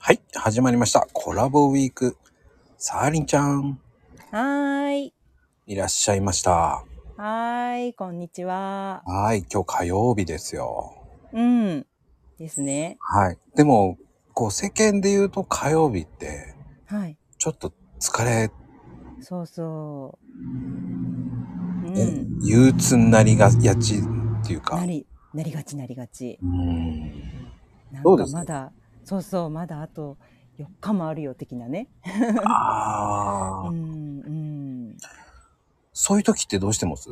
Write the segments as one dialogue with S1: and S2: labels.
S1: はい、始まりました。コラボウィーク。サーリンちゃん、
S2: はーい。
S1: いらっしゃいました。
S2: はーい。こんにちは。
S1: はい、今日火曜日ですよ。
S2: うん。ですね。
S1: はい。でも、こう世間で言うと火曜日って、
S2: はい。
S1: ちょっと疲れ、
S2: そうそう。う
S1: ね
S2: ん。
S1: 憂鬱になりがやちっていうか。
S2: なり、なりがちなりがち。
S1: うん。
S2: な
S1: ど
S2: ん
S1: うで
S2: か
S1: す
S2: まだ、そうそう、まだあと4日もあるよ、的なね。う
S1: ああ、
S2: ん、うん。
S1: そういう時ってどうしてます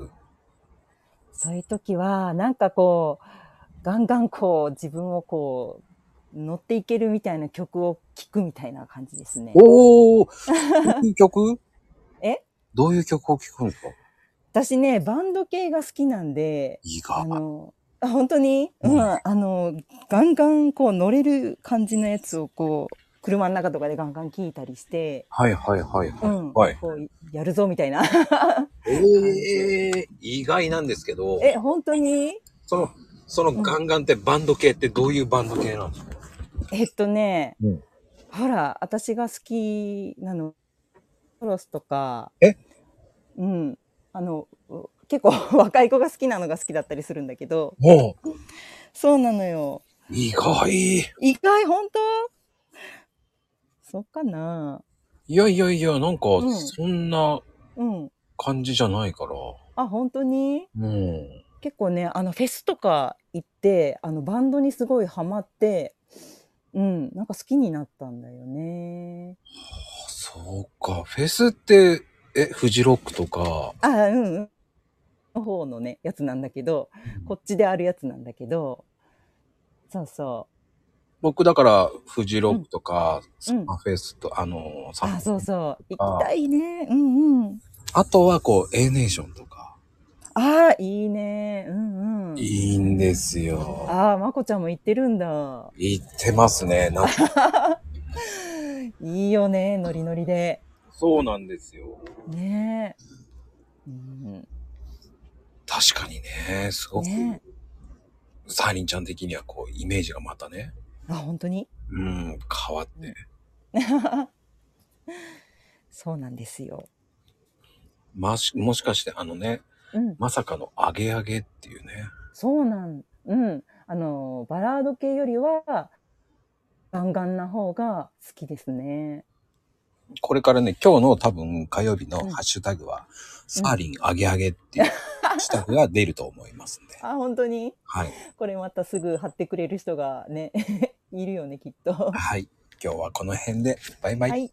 S2: そういう時は、なんかこう、ガンガンこう、自分をこう、乗っていけるみたいな曲を聴くみたいな感じですね。
S1: おー、どういう曲
S2: え
S1: どういう曲を聴くんですか
S2: 私ね、バンド系が好きなんで、
S1: いい
S2: あ
S1: か。
S2: の、あ本当に、
S1: う
S2: うんん、あの、ガンガンこう乗れる感じのやつをこう、車の中とかでガンガン聞いたりして、
S1: はいはいはいは
S2: う
S1: い。
S2: ん、
S1: はい。
S2: こう、やるぞみたいな 感じ。
S1: ええ意外なんですけど、
S2: え、本当に
S1: その、その
S2: うん。
S1: ガンガンってバンド系ってどういうバンド系なんですか
S2: えっとね、
S1: うん。
S2: ほら、私が好きなの、トロスとか、
S1: え
S2: うん、あの、う結構 若い子が好きなのが好きだったりするんだけど、
S1: もう、
S2: そうなのよ。
S1: 意外。い
S2: 意外、本当そうかな。
S1: やいやいや、なんか、
S2: うん、
S1: そんな
S2: うん。
S1: 感じじゃないから。
S2: あ、本当に
S1: うん。
S2: 結構ね、あの、フェスとか行って、あの、バンドにすごいハマって、うん、なんか好きになったんだよね。
S1: あそうか。フェスって、え、フジロックとか、
S2: あ、うん、うん、の方のね、やつなんだけど、
S1: う
S2: こ
S1: ん
S2: っちであるやつなんだけど、そうそ
S1: 僕だから、フジロ
S2: う。
S1: ッ
S2: う
S1: ク
S2: ん、
S1: とか、ス
S2: う
S1: パ
S2: ん。
S1: フェスと、あの、サン
S2: あ、
S1: フ
S2: そうそ
S1: と
S2: う。行き
S1: か、
S2: たいね。うんうん。
S1: あとはこう、A ネーションとか。
S2: ああ、いいね。うんうん。
S1: いいんですよ。
S2: ああ、まこちゃんも行ってるんだ。
S1: 言ってますね。なんか、
S2: いいよね、ノリノリで。
S1: そうなんですよ。
S2: ねえ。うん。
S1: 確かにね、すごく、
S2: ねえ。
S1: サーリンちゃん的にはこう、イメージがまたね、
S2: あ、本当に
S1: うん、変わっ
S2: う
S1: て。
S2: ん。 そうなんですよ。
S1: まし、もしかしてあのね、
S2: うん。
S1: まさかのアゲアゲっていうね。
S2: そうなん、うん。あの、バラード系よりは、ガンガンな方が好きですね。
S1: これからね、今日の多分火曜日の
S2: うん、
S1: ハッシュタグは、
S2: う
S1: サー
S2: ん。
S1: リンアゲアゲっていうハッシュタグが出ると思いますんで。
S2: あ、本当に
S1: はい。
S2: これまたすぐ貼って くれる人がね、いるよね、きっと。
S1: はい。今日はこの辺で、バイバイ。
S2: はい。